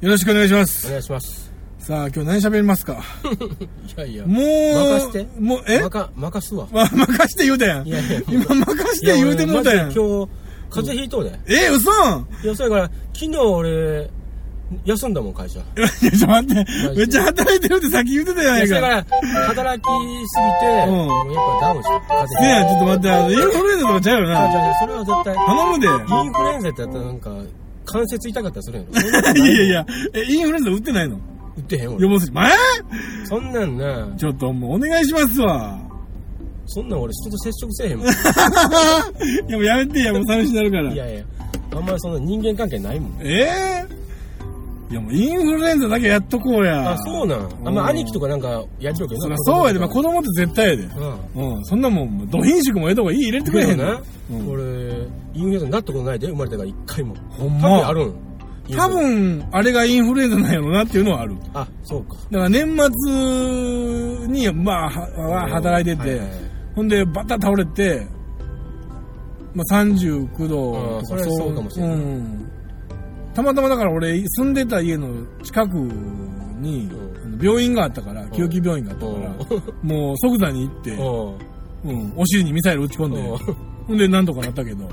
よろしくお願いしまおす。願いします さあ、今日何喋りますかいやいやもう、任してもう、えまか任すわま、任して言うたやん。いやいや今、任して言うてもうたやん。いや俺マジで今日風邪ひいとうでえ、嘘ん いやそれから昨日俺休んだもん会社いいや、ちょっと待ってジ。でめっちゃ働いてるってさっき言ってたやなやいそれかか。ら働きすぎて、うんもうやっぱダウンした風邪ねえ、ひいちょっと待って、あの、インフルエンザとかちゃうよたあじな。ゃあじゃあそれは絶対頼むで。インフルエンザってやったらなんか関節痛かったりするやろい やいやいや、え、インフルエンザ打ってないの打ってへん予俺防接種。まあそんなんなちょっともうお願いしますわ。そんなん俺人と接触せえへんもんいや、もうやめてや、もう寂しになるからい。やいやあんまりそんな人間関係ないもんええいや、もうインフルエンザだけやっとこうや。あそうなんあんま兄貴とかなんかやりとけそりゃそうやで、まあ、子供って絶対やで。うんうん、そんなもん、もうど品種もええとこいい入れてくれへんなな。、うん俺インフルエンザになったことないで生まれたから一回もほん多分まあ。るん多分、あれがインフルエンザなんやろなっていうのはある。だあそうかから年末に、まあ、は働いてて、ははほんで、バタッ倒れて、まあ、39度うんとそかれはそうかもしれないうんたまたまだから俺、住んでた家の近くにうん、あの病院があったから、救急病院があったから、もう即座に行って、うんうん、お尻にミサイル撃ち込んうんで、ほんで、なんとかなったけど。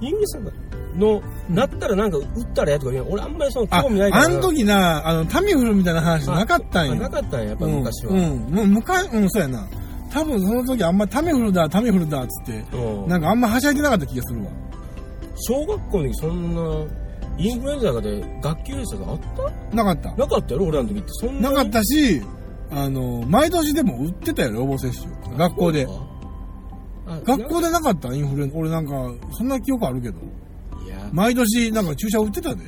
インフルエンザのなったらなんか打ったらやとか言うやん俺あんまりそのあ、興味ないからあの時な、あの、タミフルみたいな話なかったんあや。なかったんややっぱ昔は、うん、うん、もう昔、うん、そうやな。多分その時あんまタミフルだ、タミフルだっつって、うんなんかあんまはしゃいでなかった気がするわ。小学校にそんなインフルエンザで学級閉鎖があったなかった。なかったやろ俺らの時ってそんななかったし、あの、毎年でも売ってたやろ、予防接種。学校で。あ学校でなかったインフルエンザ。俺なんか、そんな記憶あるけど。いや毎年なんか注射打ってたで。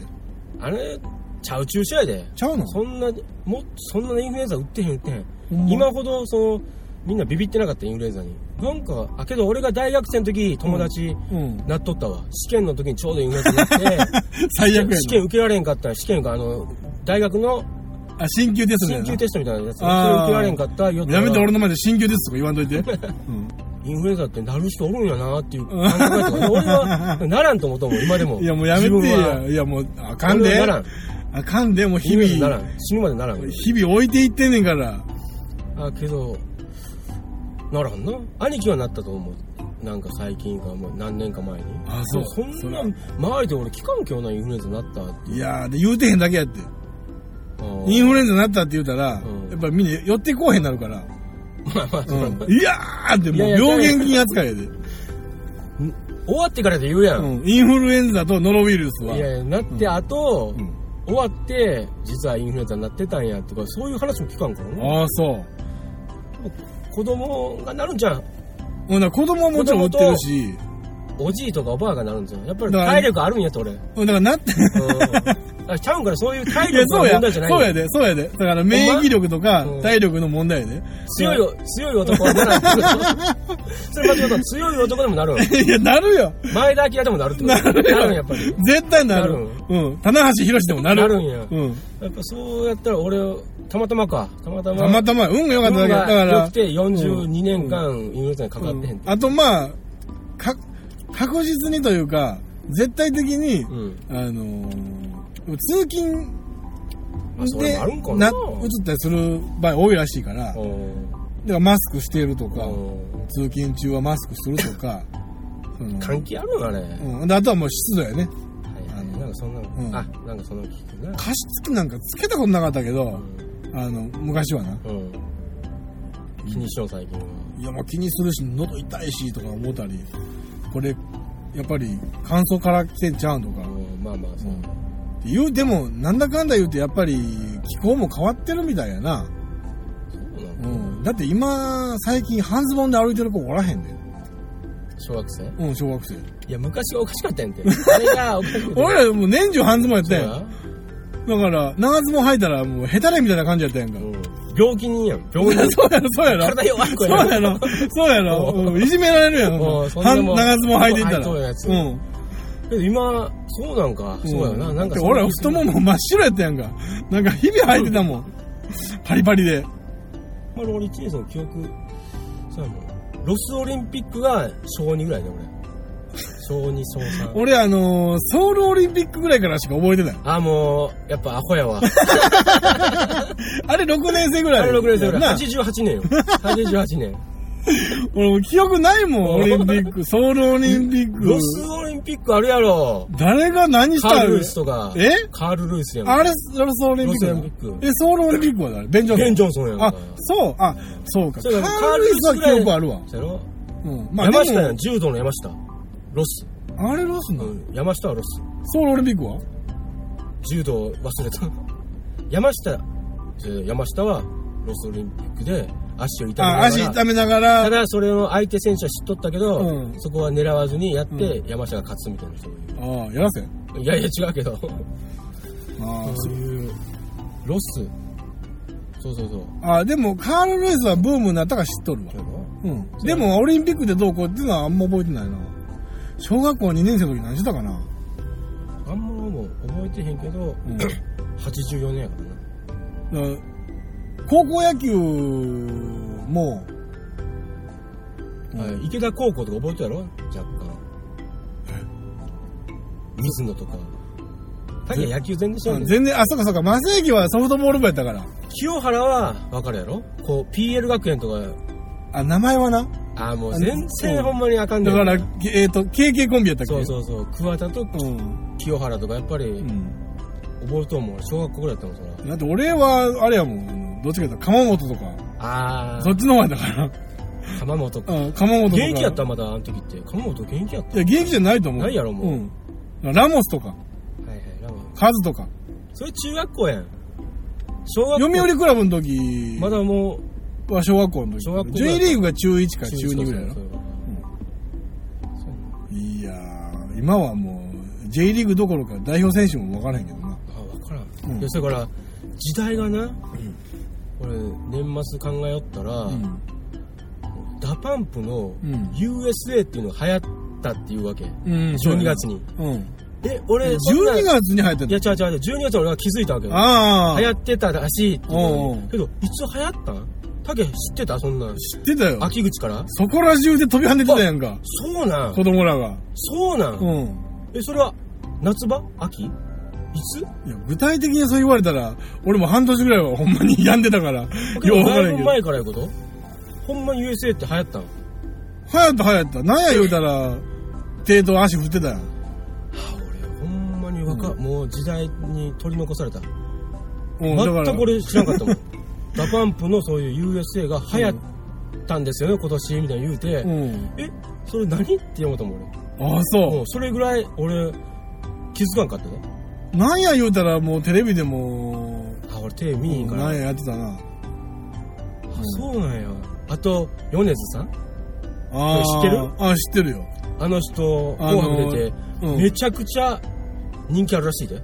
あれちゃう注射やでちゃうのそんなもっとそんなインフルエンザ打ってへん打ってへんほんま今ほどそのみんなビビってなかったインフルエンザになんかあけど俺が大学生の時友達うん。なっとったわ、試験の時にちょうどインフルエン ザになって最悪やな試験受けられへんかった試験があの大学のあ、進級ですね進。級テストみたいなやつそれあー受けられへんかったよやめて俺の前で進級ですとか言わんといて。うん インフルエンザってなる人おるんやなっていう考えとか俺はならんと思ったもん今でも いやもうやめ自て分はや。いやもう、あかん俺ではならん。あかんで、もうイ日ンフルエンザな々、らん死ぬまでならん日々置いていってんねんから。あけどならんな兄貴はなったと思うなんか最近かもう何年か前にあそうでもそんな周りで俺聞かんけどなインフルエンザなったっていやー、で言うてへんだけやって。インンフルエンザになったって言うたらうん、やっぱみんな寄ってこうへんなるから。まあまあ、うそうんいやーってもういやいや病原菌扱いやで。終わってからで言うやん、うんインフルエンザとノロウイルスは。いやいやなってあと、うん終わって実はインフルエンザになってたんやとかそういう話も聞かんからなああ、そう。子供がなるんじゃんほんなら子供はもちろん売ってるし、おじいとかおばあがなるんじゃんやっぱりだから体力あるんやと俺うんうんだからなって、 あちゃうんから そういう体いや、力のそうや、問題じゃないそうやで、そうやで。だから免疫力とかうん体力の問題やで。 強いよ、強い男はならん。それ間違った強い男でもなるわ。いや、なるよ。前田明でもなるってことなるよなるんやっぱり。絶対なる。なるうん。棚橋博士でもなる。なるんや。うん。やっぱそうやったら俺、たまたまか。たまたま。たまたま運が良かっただ運け。だかが良らく、て42年間インフルエンザにかかってへん。あとまあ、か、確実にというか、絶対的に、うん。あのー通勤まあそれでもあるんかなな。移ったりする場合多いらしいから、だうかんらマスクしてるとか、うん通勤中はマスクする とか、その関係あるんあれ。はいうん。で、あとはもう湿度やね。はいなんかそんなうんの。あ、なんかそんなの聞くな。加湿器なんかつけたことなかったけど、あの、昔はな。うん。うん気にしよう最近は。いや、まあ気にするし、喉痛いしとか思ったり、これ、やっぱり乾燥から来てんちゃうんとか、。うんまあまあ、そううん言う、でも、なんだかんだ言うて、やっぱり気候も変わってるみたいやな。そうなんうだん。だって今、最近半ズボンで歩いてる子おらへんで。小学生うん、小学生。いや、昔はおかしかったやんて。あれがおかしかったやん。 俺らもう年中半ズボンやったやん。そうだから、長ズボン履いたらもうヘタレみたいな感じやったやんかや。うん病気人やん。病気人。 そうやろ、そうやろ。体弱い子そうやん。ろ、そうやろ。うんいじめられるやん。うんそん半なもん長ズボン履いていっ履たいら。とるやつうん。けど今、そうなんか。そうやな。なんかでそういう俺ら太もも真っ白やったやんか。なんか日々履いてたもん。パリパリで。まあ、俺一年生の記憶、そうやもん。ロスオリンピックが小2ぐらいで俺。小2小3 俺あのーソウルオリンピックぐらいからしか覚えてない。あもうやっぱアホや わあれ6年生ぐらい。あれ6年生ぐらいな。 88年 よ88年俺もう記憶な いもん、オリンピック。ソウルオリンピックロ。スオリンピックあるやろ誰が何しカたール・ルるースとかえカール・ルースやんあれ、ロスオリンピックだロスオリンピックえ、ソウルオリンピックは誰ベン・ジョンソン。ベン・ジョンソンやんかあ、そう、あ、そうか。カそれからール・ルイスはカール記憶あるわ。そうやろうん。まあ、山下やでん柔道の山下ロス、も、あれロスなうのん、山下はロスソウルオリンピックは柔道忘れた山下じゃあ山下はロスオリンピックで足を痛めながあ、ら足痛めながらた、だそれを相手選手は知っとったけど、うんそこは狙わずにやって、う山下が勝つみたいな人もいああ、やらせ。るいやいや違うけどああ、そういうロスそうそうそうあでも、カール・ルイスはブームになったから知っとるわそう。やろうん。でも、オリンピックでどうこうっていうのはあんま覚えてないな。小学校2年生の時何してたかなあんまもう覚えてへんけど、うん。 84年やからなだから高校野球も、うはいん池田高校とか覚えてるやろ若干水野とかさっきは野球全然知らんけど全然、あ、そうかそうか、マスはソフトボール部やったから。清原は分かるやろこう PL 学園とかあ、名前はな。あーもうあ全そう然ほんまにあかんねだんから、けえっ、と、KK コンビやったっけそうそうそう桑田とうん。清原とかやっぱりうん。覚えとんもん小学校ぐらいやったもんそらだって俺は、あれやもん、どっちかというと、鎌本とか、あそっちの方やだから。あ鎌本かうん、鎌本とか。現役やったまだあの時って鎌本現役やっいや、現役じゃないと思う。。ないやろもうんだからラモスとか、たはいはいラムカズとか。それ中学校やん小学校読売クラブの時まだもうは小学校の時。小学校 J リーグが中1か中2ぐらいやそうろ。そうそういやー、今はもう、J リーグどころか代表選手も分からへんけどな。あ分からん、うんいやそれから時代がな、これ年末考えよったら、うん。ダパンプのうん USA っていうのが流行ったっていうわけ、うん。 12月にうん。で俺そんな12月に入ったんいや違う違う違う12月俺は気づいたわけよああ。流行ってたらしいっていうおうおうけどいつ流行ったんタケ知ってたそんなん知ってたよ。秋口からそこら中で飛び跳ねてたやんか。そうなん子供らが。そうなん、うん。えそれは夏場秋いついや、具体的にそう言われたら、俺も半年ぐらいはほんまに病んでたから、よう分からだへいぶんけど。流前からいうことほんま USA って流行ったん行った流行った。なんや言うたら、手と足振ってたやん。俺ほんまにわか、うんもう時代に取り残されたうん、だから全く俺知らなかった もんダパンプのそういう USA が流行ったんですよね、今年みたいに言うて、うん。えそれ何って思ったもんああ、俺もそうそれぐらい俺気づかんかったねう。なんや言うたら、もうテレビでも、あ俺手見えんから、なんややってたな。あそうなんやあと米津さんああ。知ってるああ、知ってるよ。あの人「あのー紅白」出て、うんめちゃくちゃ人気あるらしいで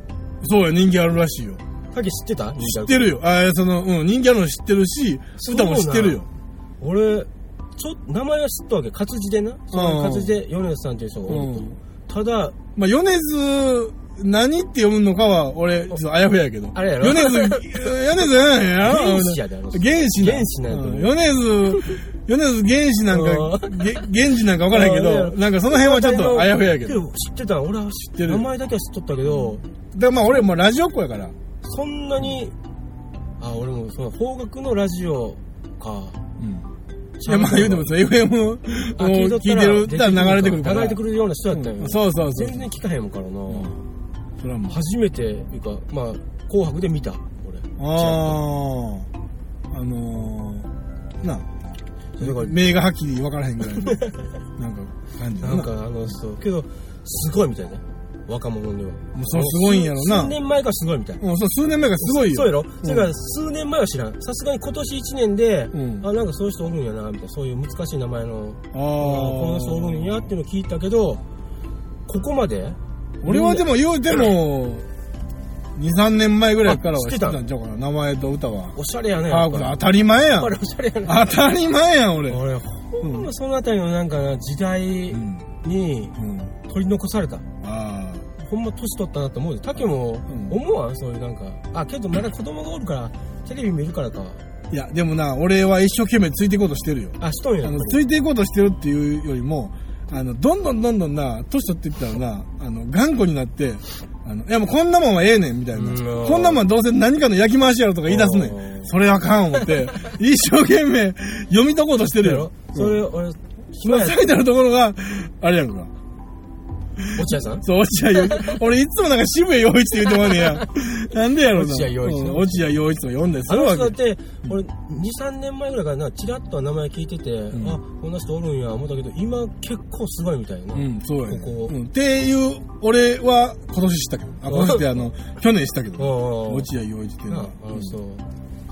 そうや、人気あるらしいよ。さっき知ってた知ってるよ。ああ、その、うん、人気あるの知ってるし、そうな歌んも知ってるよ。俺ちょっと名前は知ったわけ活字でなそのうん活字で米津さんっていう人がおると、うんただまあ、米津、何って読むのかは、俺、ちょっとあやふやけど。あれやろ米津、 米津じゃないやろ原始やであの人原始原始なんやと思ううん米津、米津原始な んうか、げ原始なんかわからへんけうんど、うんなんかその辺はちょっとあやふやけけど。ど知ってた俺は知っててるる名前だけは知っとったけどで、まあ、俺もうラジオっ子やから。そんなにあ俺もその方角のラジオかいや、まあ言うてもさ、FM をあ聞いとっ聞いたてらるって流れてくるから。流れてくるような人やったんよ、うんそうそうそう。全然聞かへんからな、んそれはもう。初めていうかまあ「紅白」で見た俺ああ、あのー、なあ、それから名がはっきり分からへんぐらい の、なんか感じだなんかあの人けどすごいみたいね若者にはもうそうすごいんやろな数年前からすごいみたいうん、そう、数年前からすごいよ。そうやろ、んそれから数年前は知らんさすがに今年1年で、うんあなんかそういう人おるんやなみたいなそういう難しい名前のああ。この人おるんやっていうの聞いたけどここまで俺はでも言うても、2、3年前ぐらいからはあ知知っっててたたんちゃうかな、名前と歌は。おしゃれやねあやあ、っぱこれり当たり前ややっぱんり。おしゃれやね当たり前やん、俺。俺ほんまそのあたりのなんかな時代うん。にうん。取り残されたああ。ほんま年取ったなって思うで竹もん思わんそういうなんかあけどまだ子供がおるからテレビ見るからかいや、でもな、俺は一生懸命ついていこうとしてるよ。あしとんやあやっのぱりついていこうとしてるっていうよりも、あの、どんどんどんどんな、年取っていったらな、あの、頑固になって、あの、いやもうこんなもんはええねん、みたいな。うんこんなもんはどうせ何かの焼き回しやろとか言い出すねうんん。それあかん 思って、一生懸命読み解こうとしてるだやろろ。それ、俺、暇や、書いてあるところが、あれやんか。落合さんそう、落合陽一。俺いつもなんか渋谷陽一って言うてまう ねや。なんでやろな。落合陽一うん落合陽一とか読んだりすあるの人だわっけ。て、俺、2、3年前ぐらいからな、ちらっと名前聞いてて、んあ、こんな人おるんや、思ったけど、今結構すごいみたいな。うん、そうやね。ここうん、っていう、俺は今年したけど。あ、今年ってあの、去年したけど。うん。落合陽一っていうなのあは。あの人。だか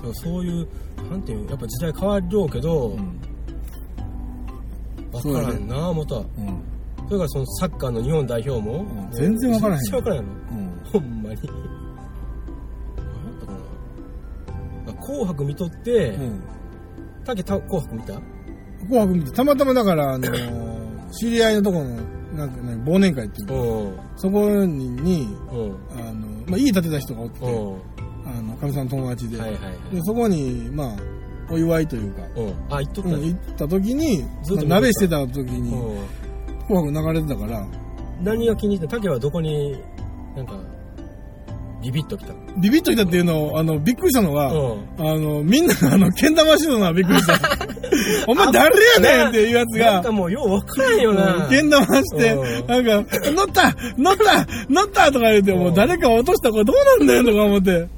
らそういう、なんていうのやっぱ時代変わりようけど、うわんからんな、思った。うん。うんそれからそのサッカーの日本代表も、うん全然わからへん全然わからへんの。うんほんまに。何やったかな。あ紅白見とって、うん。たけた紅白見た紅白見て、たまたまだから、あのー、知り合いのとこの、なんかね、忘年会っていううかん。そこに、にうん。あの、まあ、家建てた人がおってうて、ん。あの、かみさんの友達で、はいはいはい。でそこに、まあ、お祝いというか、うん。あ、言っとっうたん、ね。行った時に、ずっと見てたまあ鍋してた時に、うん。紅白流れてたから、何が気に入った竹はどこになんかビビッときたビビッときたっていうのを、あの、びっくりしたのは、うんあの、みんな、あの、けん玉してたのはびっくりした。お前誰やねんっていうやつながんか、もうよう分からんよなけん玉してう、んなんか、乗った乗った乗ったとか言うて、もううん誰か落としたこれどうなんだよとか思って。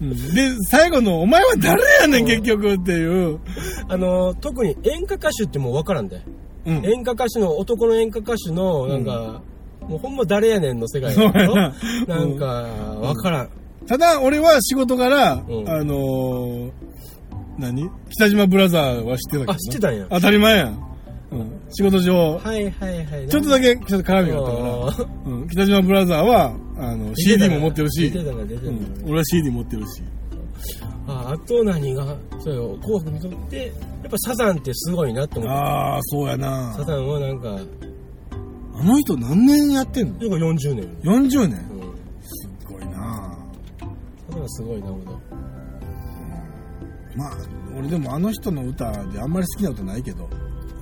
うんで、最後の、お前は誰やねん結局っていう。あの特に演歌歌手ってもう分からんでうん。演歌歌手の男の演歌歌手のなんか、もうほんま誰やねんの世界そうやなななんか分からん、ただ、俺は仕事から、あうんのー、何北島ブラザーは知ってたけどな。あ知ってたんや当たり前やん。うん。仕事上、はいはいはいちょっとだけちょっと絡みがああったから。ーうん、北島ブラザーは、あの、出てた CD も持ってるし、出てたな出てたうな、ん、俺は CD 持ってるし。ああと何がそうよ紅白見とってやっぱサザンってすごいなって思ってああ、そうやなサ。ザンはなんかよあの人何年やってんのく40年、 ?40 年うんすごいなそれはすごいな、ほど。まあ、俺でもあの人の歌であんまり好きな歌ないけど、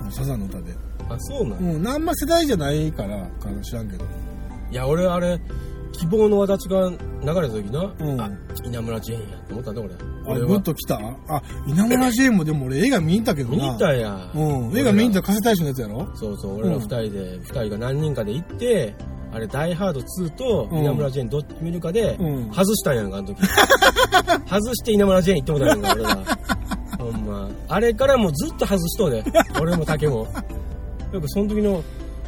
あのサザンの歌で。あ、そうなん、いうん、あんま世代じゃないからか知らんけど。や、俺、あれ、希望の轍が流れた時な、うんあ、稲村ジェーンやと思ったんだ、あ、俺。俺グッは。と来たあ、稲村ジェーンもでも俺映画見に行ったけど見な。に行ったんや。うん、映画見に行ったた。ら貸せ大使のやつやろそうそう、俺らうん二人で、二人が何人かで行って、あれ、ダイハード2とうん稲村ジェーンどっち見るかで、うん外したんやんか、あの 時。外して稲村ジェーン行ってことあるんだ、俺は。ほんま。あれからもうずっと外しとうね。俺も竹も。よくその時の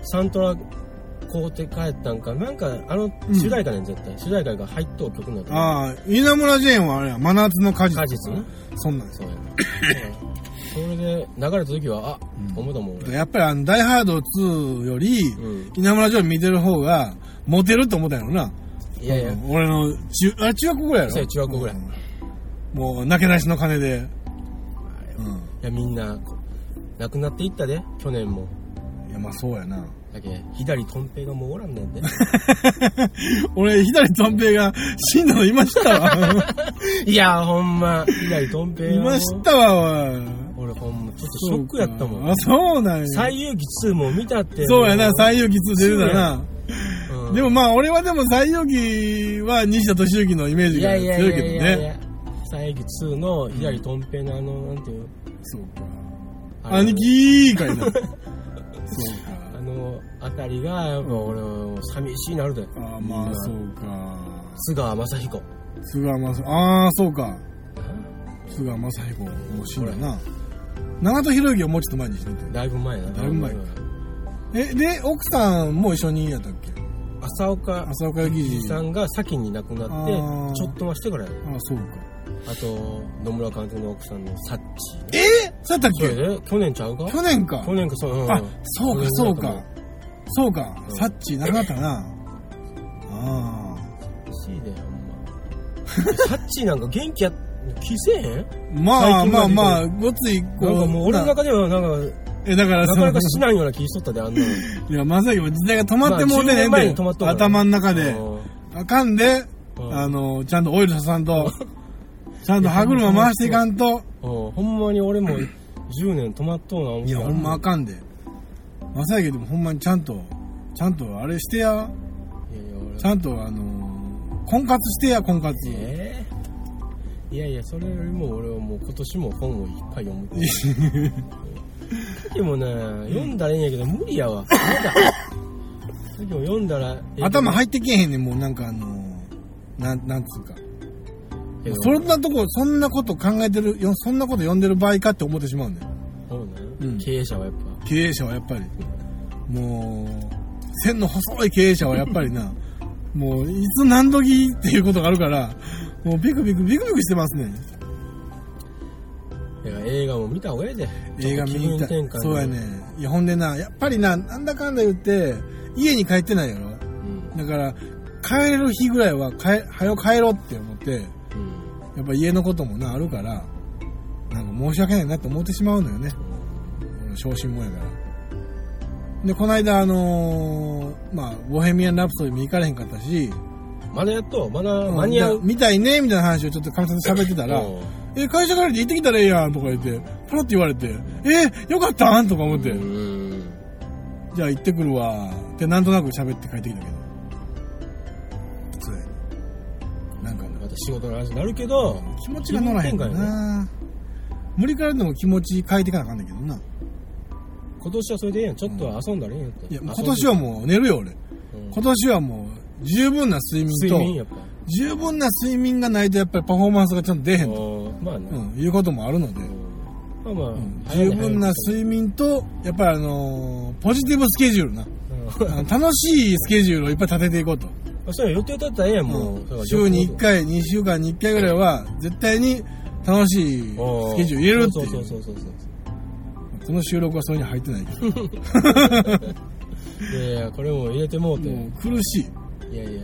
サントラ買うて帰ったんか、なんかあのうん主題歌ねん、絶対。主題歌が入っとう曲なんだよ。ああ、稲村ジェーンはあれや、真夏の果実。果実ね。そんなんですそうやな。そうやそれで流れた時は、あ、うん思ったもん俺。やっぱりあの、ダイハード2より、うん。稲村ジョーン見てる方が、モテると思ったんやろな。いやいやう、ん俺の、中、あれ中学校ぐらいやろそうや中学校ぐらいんもう、なけなしの金で。ういやみんな、こ亡くなっていったで、去年も。ん。いや、まあそうやな。 だけ、左とん平がもうおらんねんで。俺、左とん平が死んだのいまし たわ。いや、ほんま、左とん平いはもう。ましたわ、おい。俺ほんま、ちょっとショックやったもんあ、。そうなんや。最遊記2も見たって。そうやな、最最遊記2出てたな。うんでもまあ、俺はでも最遊記は西田敏行のイメージいがやいやい強いやけどいやいね。や。最近2の左とん平のあの、なんていうそうか。あの兄貴ーかい な。そうか。あの、あたりが、やっぱ俺、寂しいなるで。ああ、まあそうか。津川雅彦。菅間さああーそうか菅間雅彦もう死んだな長門博之はもうちょっと前に死んでだいぶ前やな。だいぶ前かてえで奥さんも一緒にやったっけ浅岡浅岡義じい二さあんが先に亡くなってあー、ちょっとはしてからやあそうかあと、野村監督の奥さんのサッチ。えそうやったっそれけで去年ちゃうか去年か去年か、そう、うんあそうかそう。去か年そうかうんサッチー亡くなったなあぐらいだと思うしいで、ほんま。サッチなんか元気や、気せえへんなんかあまあ最近まはあ出てるまあごついこもう俺のな中ではなんか、えだかならそかのなかしないような気しとったで、あんなの。いやまさきも時代が止まってもうてねんまあ10年前てに止まっとるから頭の中でうんあかんで、うんあの、ちゃんとオイルささん と、ちゃんと歯車回していかんと、 うんほんまに俺も10年止まっとうな、思ったいや、ほんまあかんで。正行でもほんまにちゃんと、ちゃんとあれしてや。いやいや俺ちゃんとあのー婚活してや、婚活。ええいやいやそれよりも俺はもう今年も本をいっぱい読む でもね読んだらいいんやけど無理やわまだでも読んだらええけど頭入ってけえへんねん、もうなんかあのーなん、なんつうか。けどそんなとこ、そんなこと考えてる、よそんなこと読んでる場合かって思ってしまうんだよ。そうね、うん経営者はやっぱ経営者はやっぱり、もう、線の細い経営者はやっぱりな、 もう、いつ何時っていうことがあるから、もうビクビクビクビクしてますね。いや映画も見た方がええで映画見に行ったちょっと気分転換にそうやね。いや、ほんでな、やっぱりな、なんだかんだ言って、家に帰ってないやろ。うんだから、帰れる日ぐらいは、帰、早く帰ろうって思って、うんやっぱ家のこともな、あるから、なんか申し訳ないなって思ってしまうのよね。うん小心者やから。で、この間、あのーまあ、ボヘミアン・ラプソディも行かれへんかったし、まだやっとまだ間に合うみたいね、みたいな話をちょっとかみさんと喋ってたら、うんえ、会社帰りで行ってきたらええやんとか言って、パロって言われて、え、よかったんとか思って、うんじゃあ行ってくるわってなんとなく喋って帰ってきたけど。そうやね。なんかまた仕事の話になるけど気持ちが乗らへんからな。無理からでも気持ち変えていかなあかんねんけどな。今年はそれでええやんちょっと遊んだらええやんっていや、今年はもう寝るよ俺。うん今年はもう十分な睡睡眠眠と、やっぱ十分な睡眠がないとやっぱりパフォーマンスがちゃんと出へんと、うんまあねうん、いうこともあるので、まあまあうん、早いね十分な睡眠と、やっぱりあのーポジティブスケジュールな。早いねあの楽しいスケジュールをいっぱい立てていこうと。うんそうや予定立ったらええやんもうだから週に1回、2週間に1回ぐらいは、絶対に楽しいうんスケジュール入れるってそういそうそうう。そうそうこの収録はそれに入ってないけど。いやいやこれも入れてもうてもう苦しい。いやいや